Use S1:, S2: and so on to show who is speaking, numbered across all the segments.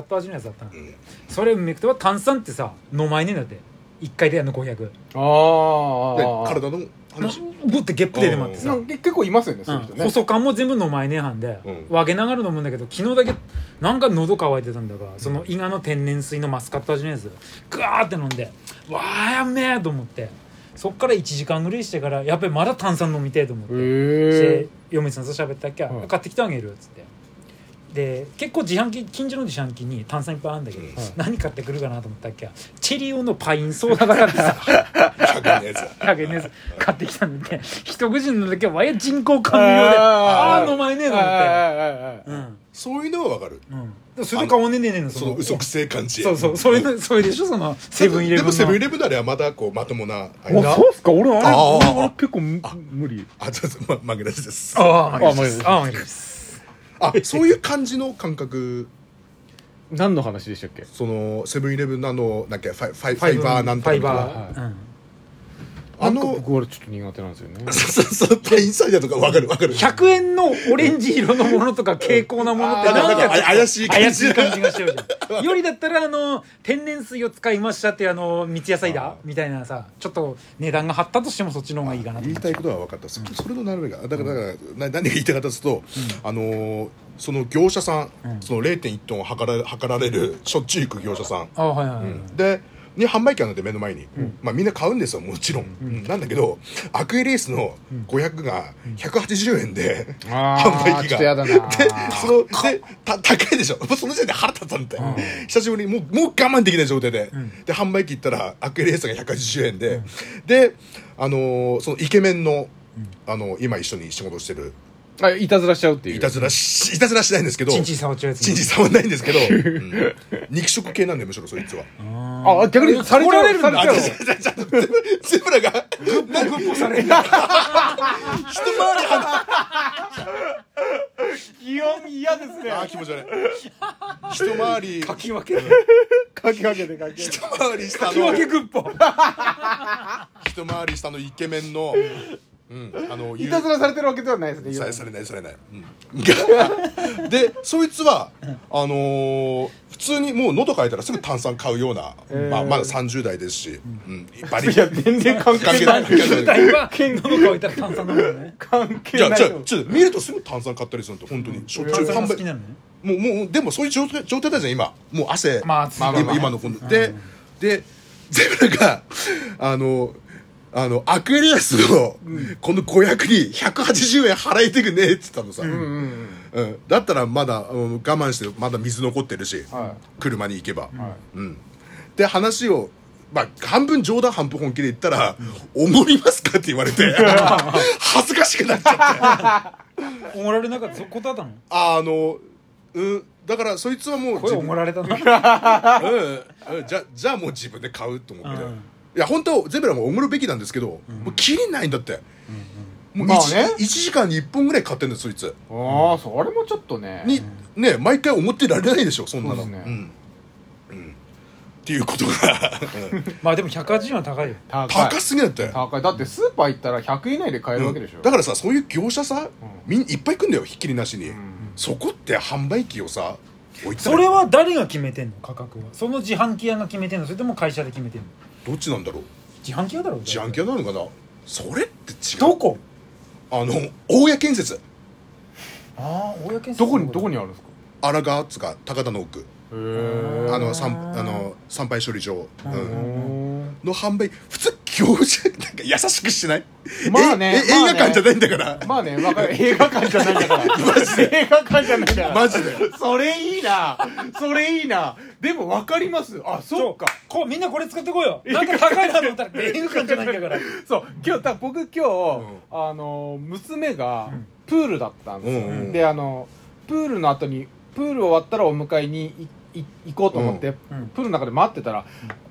S1: ット味のやつだったの、それめくとは炭酸ってさ飲まいねえんだって1回でやんの500
S2: ああ
S3: 体の話
S1: ぶってゲップ出てまってさ、
S2: なんか結構いますよねそううんいう人ね
S1: 細缶も全部飲まいねえはんで、
S3: うん
S1: 分けながら飲むんだけど昨日だけなんか喉乾いてたんだがその伊賀の天然水のマスカット味のやつガーって飲んでわあやめえと思ってそっから1時間ぐらいしてからやっぱりまだ炭酸飲みてえと思って、
S2: へ
S1: で
S2: え
S1: 嫁さんと喋ったっけ、
S2: はい
S1: 買ってきてあげるよっつってで結構自販機近所の自販機に炭酸いっぱいあるんだけど、
S3: うん
S1: 何買ってくるかなと思ったっけチェリオのパインソーダが買ってさ
S3: 100円のやつだ
S1: 100円のやつ買ってきたんで一口飲んだ時はわや人工甘味料で
S2: あ
S1: あ
S2: ー
S1: あ飲まれねえと思って
S2: あ
S1: う
S2: ー
S1: ん
S3: そういうのはわかる
S1: うんでそれと変わんねえねえねえの
S3: その嘘くせえ感じ
S1: そうそうそれのそれでしょそのセブンイレブン
S3: で
S1: の
S3: もセブンイレブンならまだこうまともなあ
S2: あーあーあーあそうっすか俺あれ
S3: あー
S2: 俺俺結構む無理
S3: あそうそうま 負け出しですあ
S1: ああマジです
S2: あ
S1: ああマジです
S3: そういう感じの感覚
S2: 何の話でしたっけ
S3: そのセブンイレブンのあのなんかファイファイファイバーなん
S1: フ
S3: と
S1: ァ
S3: か
S1: イ
S3: みたいな
S1: バーうん
S3: あ
S2: あの
S3: の
S2: 僕はちょっと苦手なんですよ ね
S3: そうそうそうパインサイダーとかわかるわかる
S1: 100円のオレンジ色のものとか傾向なものって
S2: あー
S1: なん
S3: なん
S1: か
S3: かあ怪しい感じ
S1: 怪しい感じがしちゃうじゃんよりだったらあの天然水を使いましたっていうあの三ツ矢サイダーみたいなさちょっと値段が張ったとしてもそっちの方がいいかなと
S3: 言いたいことは分かったそそれの並べがだからだからな何が言いたかったとすると、あのーその業者さん、
S1: うん
S3: その0.1トンを測ら測られるしょっちゅう行く業者さん、
S1: ああはいはいはい
S3: でに販売機あるので目の前に、まあみんな買うんですよもちろん、うんなんだけどアクエリエスの500が180円で、販
S2: あ
S3: 売
S2: あ
S3: 機
S2: ちょっとや
S3: が
S2: だな
S3: でそのでた高いでしょもうその時点で腹立ったんだよ、久しぶりにもうもう我慢できない状態で、で販売機行ったらアクエリエスが180円で、であのーそのイケメンの、あの今一緒に仕事してる
S2: あいたずらしちゃうっていう
S3: いたずらしいたずらしないんですけど
S1: チンチン触っちゃうやつ
S3: チンチン触んないんですけど、うん肉食系なんでむしろそいつは。
S2: あ逆にされちゃ
S1: 怒
S2: う
S1: られるんだ
S2: されちゃう
S3: ちゃんとゼブゼブラが
S1: される一回り
S2: 気温嫌ですね
S3: あー気持ち悪い一回り
S1: かき分け
S2: かきかけてかきかけて
S3: 一回り下
S1: かき分
S3: の
S1: けグッポ
S3: 一回り下のイケメンのうんあの
S2: いたずらされてるわけではないですね
S3: されされないされない、うん、でそいつはあのー普通にもう喉かいたらすぐ炭酸買うような、
S2: ー
S3: まあ、まだ30代ですし、うん、バリ
S2: いや全然関
S3: 関
S2: 係
S3: 係
S2: な
S3: ないい関係ない
S1: 大は喉乾いたら炭酸飲むのね
S2: 関係
S3: じゃあ
S2: ない
S3: じゃあ
S2: と思う
S3: ちょっと見るとすぐ炭酸買ったりするのと本当にしょっちゅ
S1: 炭
S3: う
S1: 酸
S3: 販
S1: が好き
S3: 売
S1: なのね
S3: もうもうでもそういう状態状態だじゃん今もう汗、
S1: まあ暑いからね
S3: 今今のこのででゼブラがあのあのアクエリアスのこの500に180円払えてくねえっつったのさ、うん
S2: うんうん
S3: だったらまだあの我慢してまだ水残ってるし、
S2: は
S3: 車に行けば、
S2: は
S3: うんで話をまあ、半分冗談半分本気で言ったら「思いますか?」って言わ れて恥ずかしくなっちゃって
S1: おもられなかったそこだったの
S3: あのうんだからそいつはもう
S1: 声
S3: 自
S1: お
S3: 分
S1: もられたな
S3: うんうんじゃじゃあもう自分で買うと思うけど、
S1: うん
S3: いや本当はゼブラもおごるべきなんですけど、もう切りないんだって、も
S2: ま
S3: う
S2: あ
S3: 1,、
S2: ね
S3: 一時間に1本ぐらい買ってんだよそいつ
S2: ああそれもちょっとね
S3: に、ね毎回思ってられないでしょそんな
S2: そ
S3: の
S2: うですね
S3: んうんっていうことがうん
S1: まあでも180円は高いよ
S2: 高い
S3: 高すぎだって
S2: 高いだってスーパー行ったら100以内で買えるわけでしょ、
S3: だからさそういう業者さ、みんいっぱい来んだよひっきりなしに、
S2: ん
S3: そこって販売機をさ置いてあ
S1: そ
S3: る
S1: れは誰が決めてんの価格はその自販機屋が決めてんのそれとも会社で決めてんの
S3: どっちなんだろう
S1: 自販機屋だろ
S3: 自販機
S1: 屋
S3: 屋なのかなそれって違う
S1: どこ
S3: あの大谷建設
S1: ああ公建設
S2: どこにどこにあるんですか
S3: 荒川っつうか高田の奥
S2: へ
S3: あ
S1: う
S3: の
S1: ん
S3: 参あの参拝処理場、う
S1: うん
S3: ん
S2: え
S3: の販売普通業者なんか優しくしてない
S2: まあね
S3: ええ映
S2: まあね
S3: 画館じゃないんだから、
S2: まあねわかる映画館じゃないんだから映画館じゃないんだから
S3: マジで
S2: それいいなそれいいなでもわかりますあそうか
S1: こうみんなこれ使ってこいよなんか高いなと思ったら芸能館じゃないんだ から
S2: そう今日だ僕今日、あの娘がプールだったんですよ、
S3: うんうん
S2: であのプールの後にプール終わったらお迎えにいい行こうと思って、
S1: うん
S2: プールの中で待ってたら、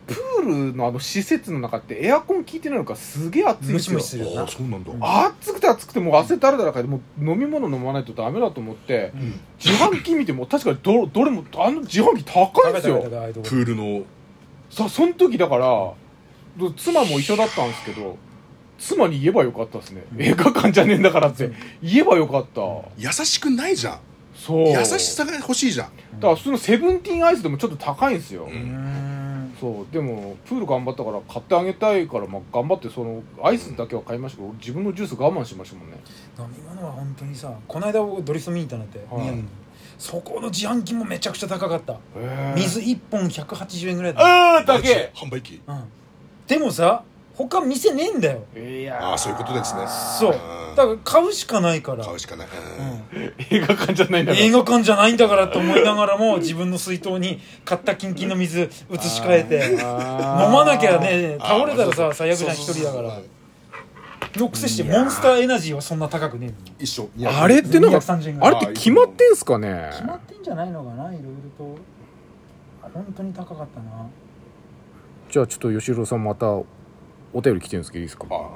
S2: プールのあの施設の中ってエアコン効いてないのかすげえ暑いんで
S1: ムシ
S2: すよ
S1: ムシするよ
S3: あ
S1: な
S3: あそうなんだ、
S2: 暑くて暑くてもう汗だらだらかいてもう飲み物飲まないとダメだと思って、
S1: ん
S2: 自販機見ても確かにどどれもあの自販機高いんですよ
S1: 高いああいうとこ
S3: プールの
S2: さその時だからど妻も一緒だったんですけど妻に言えばよかったですね、映画館じゃねえんだからって言えばよかった
S3: 優しくないじゃん
S2: そう
S3: 優しさが欲しいじゃん
S2: だから普通のセブンティーンアイスでもちょっと高いんですよ、
S3: ん
S1: ん
S2: そうでもプール頑張ったから買ってあげたいから、まあ、頑張ってそのアイスだけは買いましたけど俺自分のジュース我慢しましたもんね
S1: 飲み物は本当にさこの間僕ドリフト見に行ったんだって、
S2: は
S1: 宮
S2: い
S1: 城にそこの自販機もめちゃくちゃ高かった
S2: へー
S1: 水1本180円ぐらいだっ
S2: あーだけ
S3: 販売機
S1: た、うん、でもさ他店ねえんだよ
S2: いやー
S3: ああそういうことですね
S1: そうだから買うしかないから、
S3: 買うしかない、
S1: う
S3: うん
S1: ん、
S2: 映画館じゃないんだから
S1: 映画館じゃないんだからと思いながらも自分の水筒に買ったキンキンの水移し替えて飲ま
S2: ま
S1: なきゃね倒れたら
S3: あ
S1: さ
S3: ー
S1: 最悪じゃん一
S3: そうそう
S1: 人だか
S3: は
S1: ら
S3: い
S1: のくせしてモンスターエナジーはそんな高くねえのに
S3: 一緒
S2: あれってなんか
S1: 230円ぐ
S2: あ
S1: らい
S2: れって決まってんすかね
S1: 決まってんじゃないのかないろいろと本当に高かったな
S2: じゃあちょっと吉弘さんまたお便り来てるんですけどいいですか
S3: あー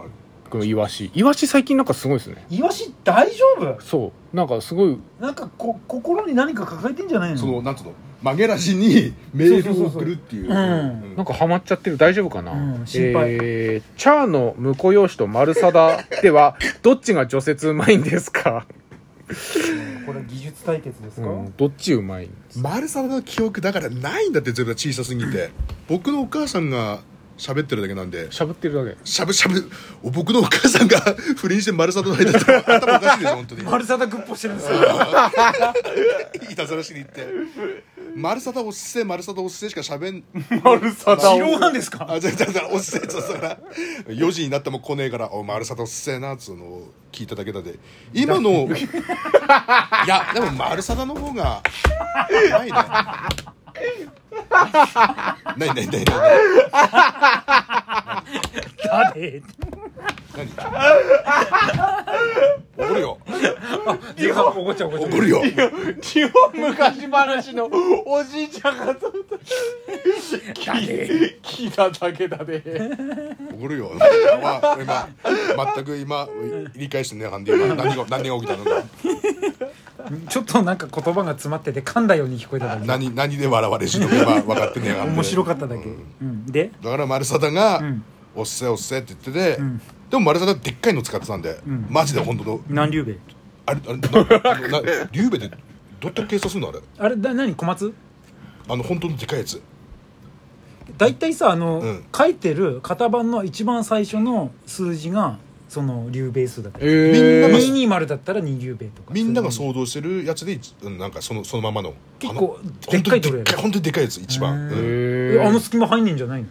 S2: このイワシイワシ最近なんかすごいですね
S1: イワシ大丈夫
S2: そうなんかすごい
S1: なんかこ心に何か抱えてんじゃないの
S3: そのなんつうの曲げラジにメールを送るっていう
S1: そうそうそうそう
S3: うん
S1: う
S2: なんかハマっちゃってる大丈夫かな、
S1: うん心配
S2: えーチャーの婿養子と丸貞で はどっちが除雪うまいんですか、
S1: これ技術対決です
S2: う
S1: か、
S2: ん、どっちうまいんですか
S3: 丸沢の記憶だからないんだって全部小さすぎて僕のお母さんが喋ってるだけなんで
S2: しゃぶってるだけ
S3: しゃぶしゃぶお僕のお母さんが 不倫して丸沢との間だったら頭おかしいでしょ本当に
S1: 丸サタグッポしてるんですよ
S3: いたずらしに行って丸沢おっせえ丸沢おっせえしか喋ん
S2: 丸貞
S1: 治療なんですか
S3: あじゃあだからおっせえっつったら4時になっても来ねえから「お丸里おっせえな」っつうのを聞いただけだで今のいやでも丸里の方がないねないないないない
S1: 誰
S3: 怒るよ
S1: いやおごちゃおごちゃ
S3: 怒るよ
S2: 日本昔話のおじいちゃんがずっと聞いただけだで
S3: 怒るよまあ今全く今理解してねえはんで今何が何が起きたのか
S1: ちょっとなんか言葉が詰まってて噛んだように聞こえただけ
S3: 何何で笑われしのか今分かってねえはんで
S1: 面白かっただけ、
S3: うん
S1: うんで
S3: だから丸貞が
S1: ん
S3: 「おっせえおっせえ」って言ってて、
S1: ん
S3: でも丸貞でっかいの使ってたんで、マジで本当の
S1: 何竜兵衛
S3: あれあれなななリュウベでどうやって計算するのあれ
S1: あれだ何小松
S3: あの本当にでかいやつ
S1: 大体さあの、
S3: うん
S1: 書いてる型番の一番最初の数字がその竜兵衛数だったり、
S3: みんなが
S1: 220だったら二竜兵衛とか
S3: みんなが
S1: う
S3: 想像してるやつでいちうんなんかそのそのままの
S1: 結構
S3: あの
S1: でっかいとこや
S3: 本当にでっかい本当にでかいやつ一
S1: へ
S3: 番、うん
S1: えあの隙間入んねえんじゃないの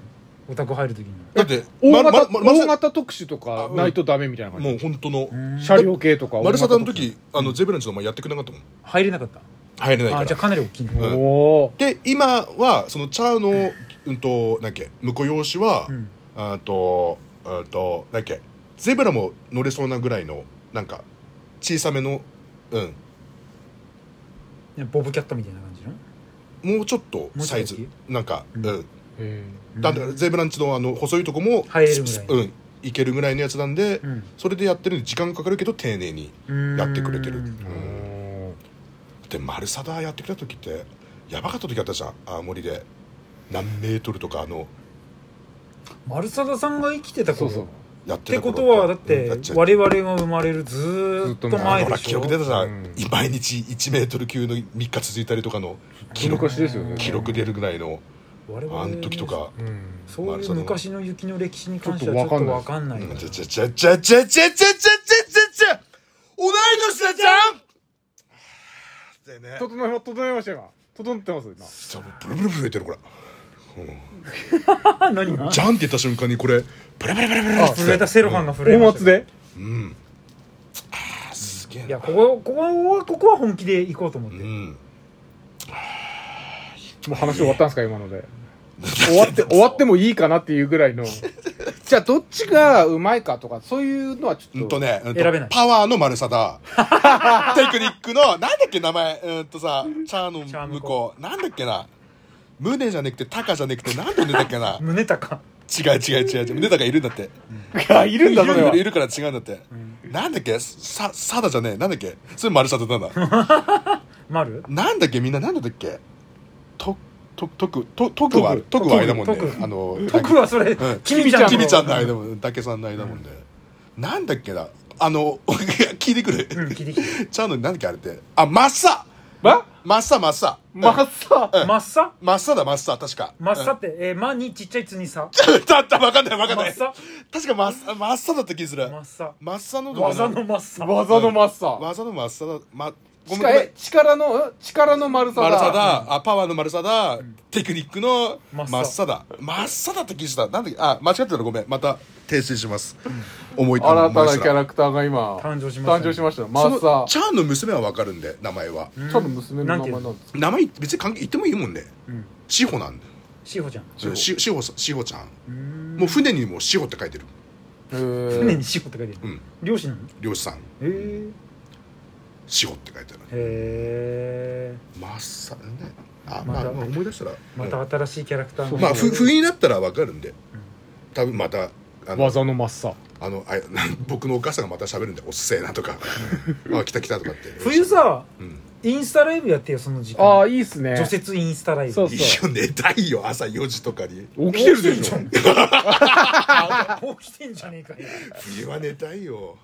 S1: お宅入るときに
S3: だって
S2: 大型、
S3: ままま
S2: 大型特集とかないとダメみたいな感じ、
S3: もう本当の
S2: 車両系とか
S3: 丸
S2: サタ
S3: 貞の時あのゼブランチの前やってくれなかったもん
S1: 入れなかった
S3: 入れないから
S1: あじゃあかなり大きいね、
S3: うん
S2: おー
S3: で今はそのチャーのうんとなんだっけ婿養子は、
S1: うん
S3: あとあとなんだっけゼブラも乗れそうなぐらいのなんか小さめのうん
S1: ねボブキャットみたいな感じの
S3: もうちょっとサイ
S1: もうちょ
S3: ズ
S1: っ
S3: なんか、
S1: う
S3: うんん
S2: え
S3: だからゼブランチのあの細いとこも
S1: 入れるぐらい
S3: うんいけるぐらいのやつなんで、
S1: うん
S3: それでやってるんで時間かかるけど丁寧に
S1: うん
S3: やってくれてる、うん
S2: ーおー
S3: で丸サダやってくれた時ってやばかった時あったじゃん青森で何メートルとかあの
S1: 丸貞さんが生きてた
S2: そ
S1: 頃
S2: うそう
S3: やっ
S1: ってて
S3: た
S1: こ
S3: 頃
S1: とはだって
S3: やちゃう
S1: 我々が生まれるずーっと前
S3: ほ
S1: で
S3: ら
S1: し
S3: 記
S1: ょ
S3: 録出たじゃん、
S2: うん
S3: 毎日1メートル級の3日続いたりとかの記
S2: 記
S3: 録
S2: 録しですよね
S3: 記録出るぐらいの
S1: 我々
S3: あの時とか。
S2: うん
S1: そういう昔の雪の歴史に関してはちょっとわかんない
S3: うんちゃちゃちゃちゃちゃちゃちゃちゃちゃちゃ同い年だじゃんでね
S2: 整え整えましたよ今整ってますよ今
S3: そうブルブルブル言ってるこれ
S1: あ何が
S3: じゃんって言った瞬間にこれブラブラブラブラって
S1: 震えたセロハンが震え
S2: 大
S1: ました
S2: 松で
S3: うんあーすげえ
S1: いや
S3: な
S1: ここここはここは本気で行こうと思っ
S3: う
S1: て
S3: ん
S2: もう話終わったんですか今ので終わって終わってもいいかなっていうぐら いのじゃあどっちがうまいかとかそういうのはち
S3: う
S2: ょっ
S3: んと
S2: と
S3: ね、うんと
S1: 選べない
S3: パワーの丸 さだテクニックのなんだっけ名前うんとさチャ
S1: チャー
S3: ーの
S1: ム
S3: 向
S1: コ
S3: こうなんだっけな胸じゃなくてタカじゃなくてなんで胸だっけな
S1: 胸高
S3: 違う違う違う違う胸だからいるんだって
S2: がいるんだ
S3: い
S2: そ
S3: る
S2: れはい
S3: るから違うんだって、なんだっけさサダじゃねえなんだっけそれ丸サダなんだ
S1: 丸
S3: なんだっけみんななんだっけとととくととくはとくはあれだもんね
S1: とく
S3: あの
S1: 僕はそれ
S3: うん
S1: 君ちゃんの
S3: きみちゃんの間もん竹さんの間もんね、なんだっけなあの 聞いてくる、
S1: うん聞いてきて
S3: ちゃんのなんだっけあれってあマッサ
S2: ま
S3: マッサマッサ
S2: まっさ
S1: マッサ
S3: マッサだマッサ確か
S1: マッサって、えー、マにちっちゃいつにさ
S3: うん だったわかんないわかんな
S1: マッ
S3: い
S1: サ
S3: 確かマッサマッサだった気する
S1: マッサ
S3: マッサの
S1: 技のマッサ
S2: 技のマッサー
S3: 技のマッサだまごめんごめ
S2: 力
S3: ん
S2: え力のうん力の丸さだ
S3: 丸さだあパワーの丸さだテクニックの
S1: マ
S3: マ
S1: ッサ
S3: ッサだマッサだった気したなんだっけあ間違ってたらごめんまた訂正します思い出
S2: 新たなキャ
S3: ラ
S2: ラクターが今
S1: 誕生しましたね
S2: 誕生しましたマ
S3: そ
S2: ッ
S3: の
S2: サー
S3: チャーンの娘はわかるんで名前は
S2: ちゃんと娘の名前
S1: な
S2: な
S1: てい
S2: んん
S1: う
S2: です
S3: 名前別に関係言ってもいいもんね
S1: うん
S3: 志保なんだ
S1: 志保ちゃん
S2: 志保
S3: し志保さん志保ちゃん
S1: うーん
S3: もう船にも志保って書いてる
S2: へー
S1: 船に志保って書いて
S3: う
S1: る
S3: ん
S1: 漁師なのへ
S3: 漁師さん
S1: え
S3: 志保って書いてある
S1: へえ
S3: マッサねあ、
S1: ま
S3: ま
S1: た
S3: あ、まあ思い出したら
S1: ま
S3: うん
S1: た新しいキャラクターの
S3: まあふ不意になったらわかるんで多分またあの
S2: 技のマッサー
S3: あのあ 僕のお母さんがまた喋るんで「おっせえな」とか「あ来た来た」とかって
S1: 冬、さ
S3: うん、
S1: インスタライブやってよその時間
S2: ああいいっすね
S1: 除雪インスタライブ
S2: そう
S3: いいよ寝たいよ朝4時とかに
S2: 起きてるでしょ
S1: 起きてんじゃんもう起きてんじゃねえかよ
S3: 冬は寝たいよ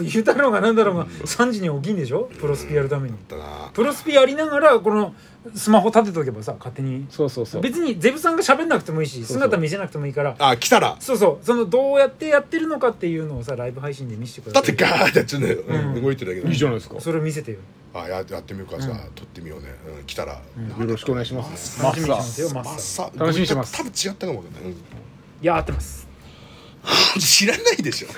S1: 冬だろうがなんだろうが3時に起きんでしょプロスピやるために
S3: だな
S1: プロスピやりながらこのスマホ立てとけばさ勝手に
S2: そうそうそう
S1: 別にゼブさんが喋んなくてもいいし
S2: そうそう
S1: 姿見せなくてもいいから
S3: あ来たら
S1: そうそうそのどうやってやってるのかっていうのをさライブ配信で見せてく
S3: だ
S1: だ
S3: っ
S1: さ
S3: て
S1: い
S3: ガーってやってね、
S1: う
S3: うんん、動いてるだけ
S2: いいじゃ
S3: だ
S2: ないですか
S1: それを見せてよ
S3: あややってみようかさ、
S1: う
S3: 撮ってみようね、うん、来たら、
S2: よろしくお願いしますね
S1: 楽しみにしてますよマ
S3: マ
S1: ッ
S3: ッ
S1: サ
S3: サ
S2: 楽しみにしてます
S3: 多分違ったかもわかんない、うん
S1: いや合ってます
S3: 知らないでしょ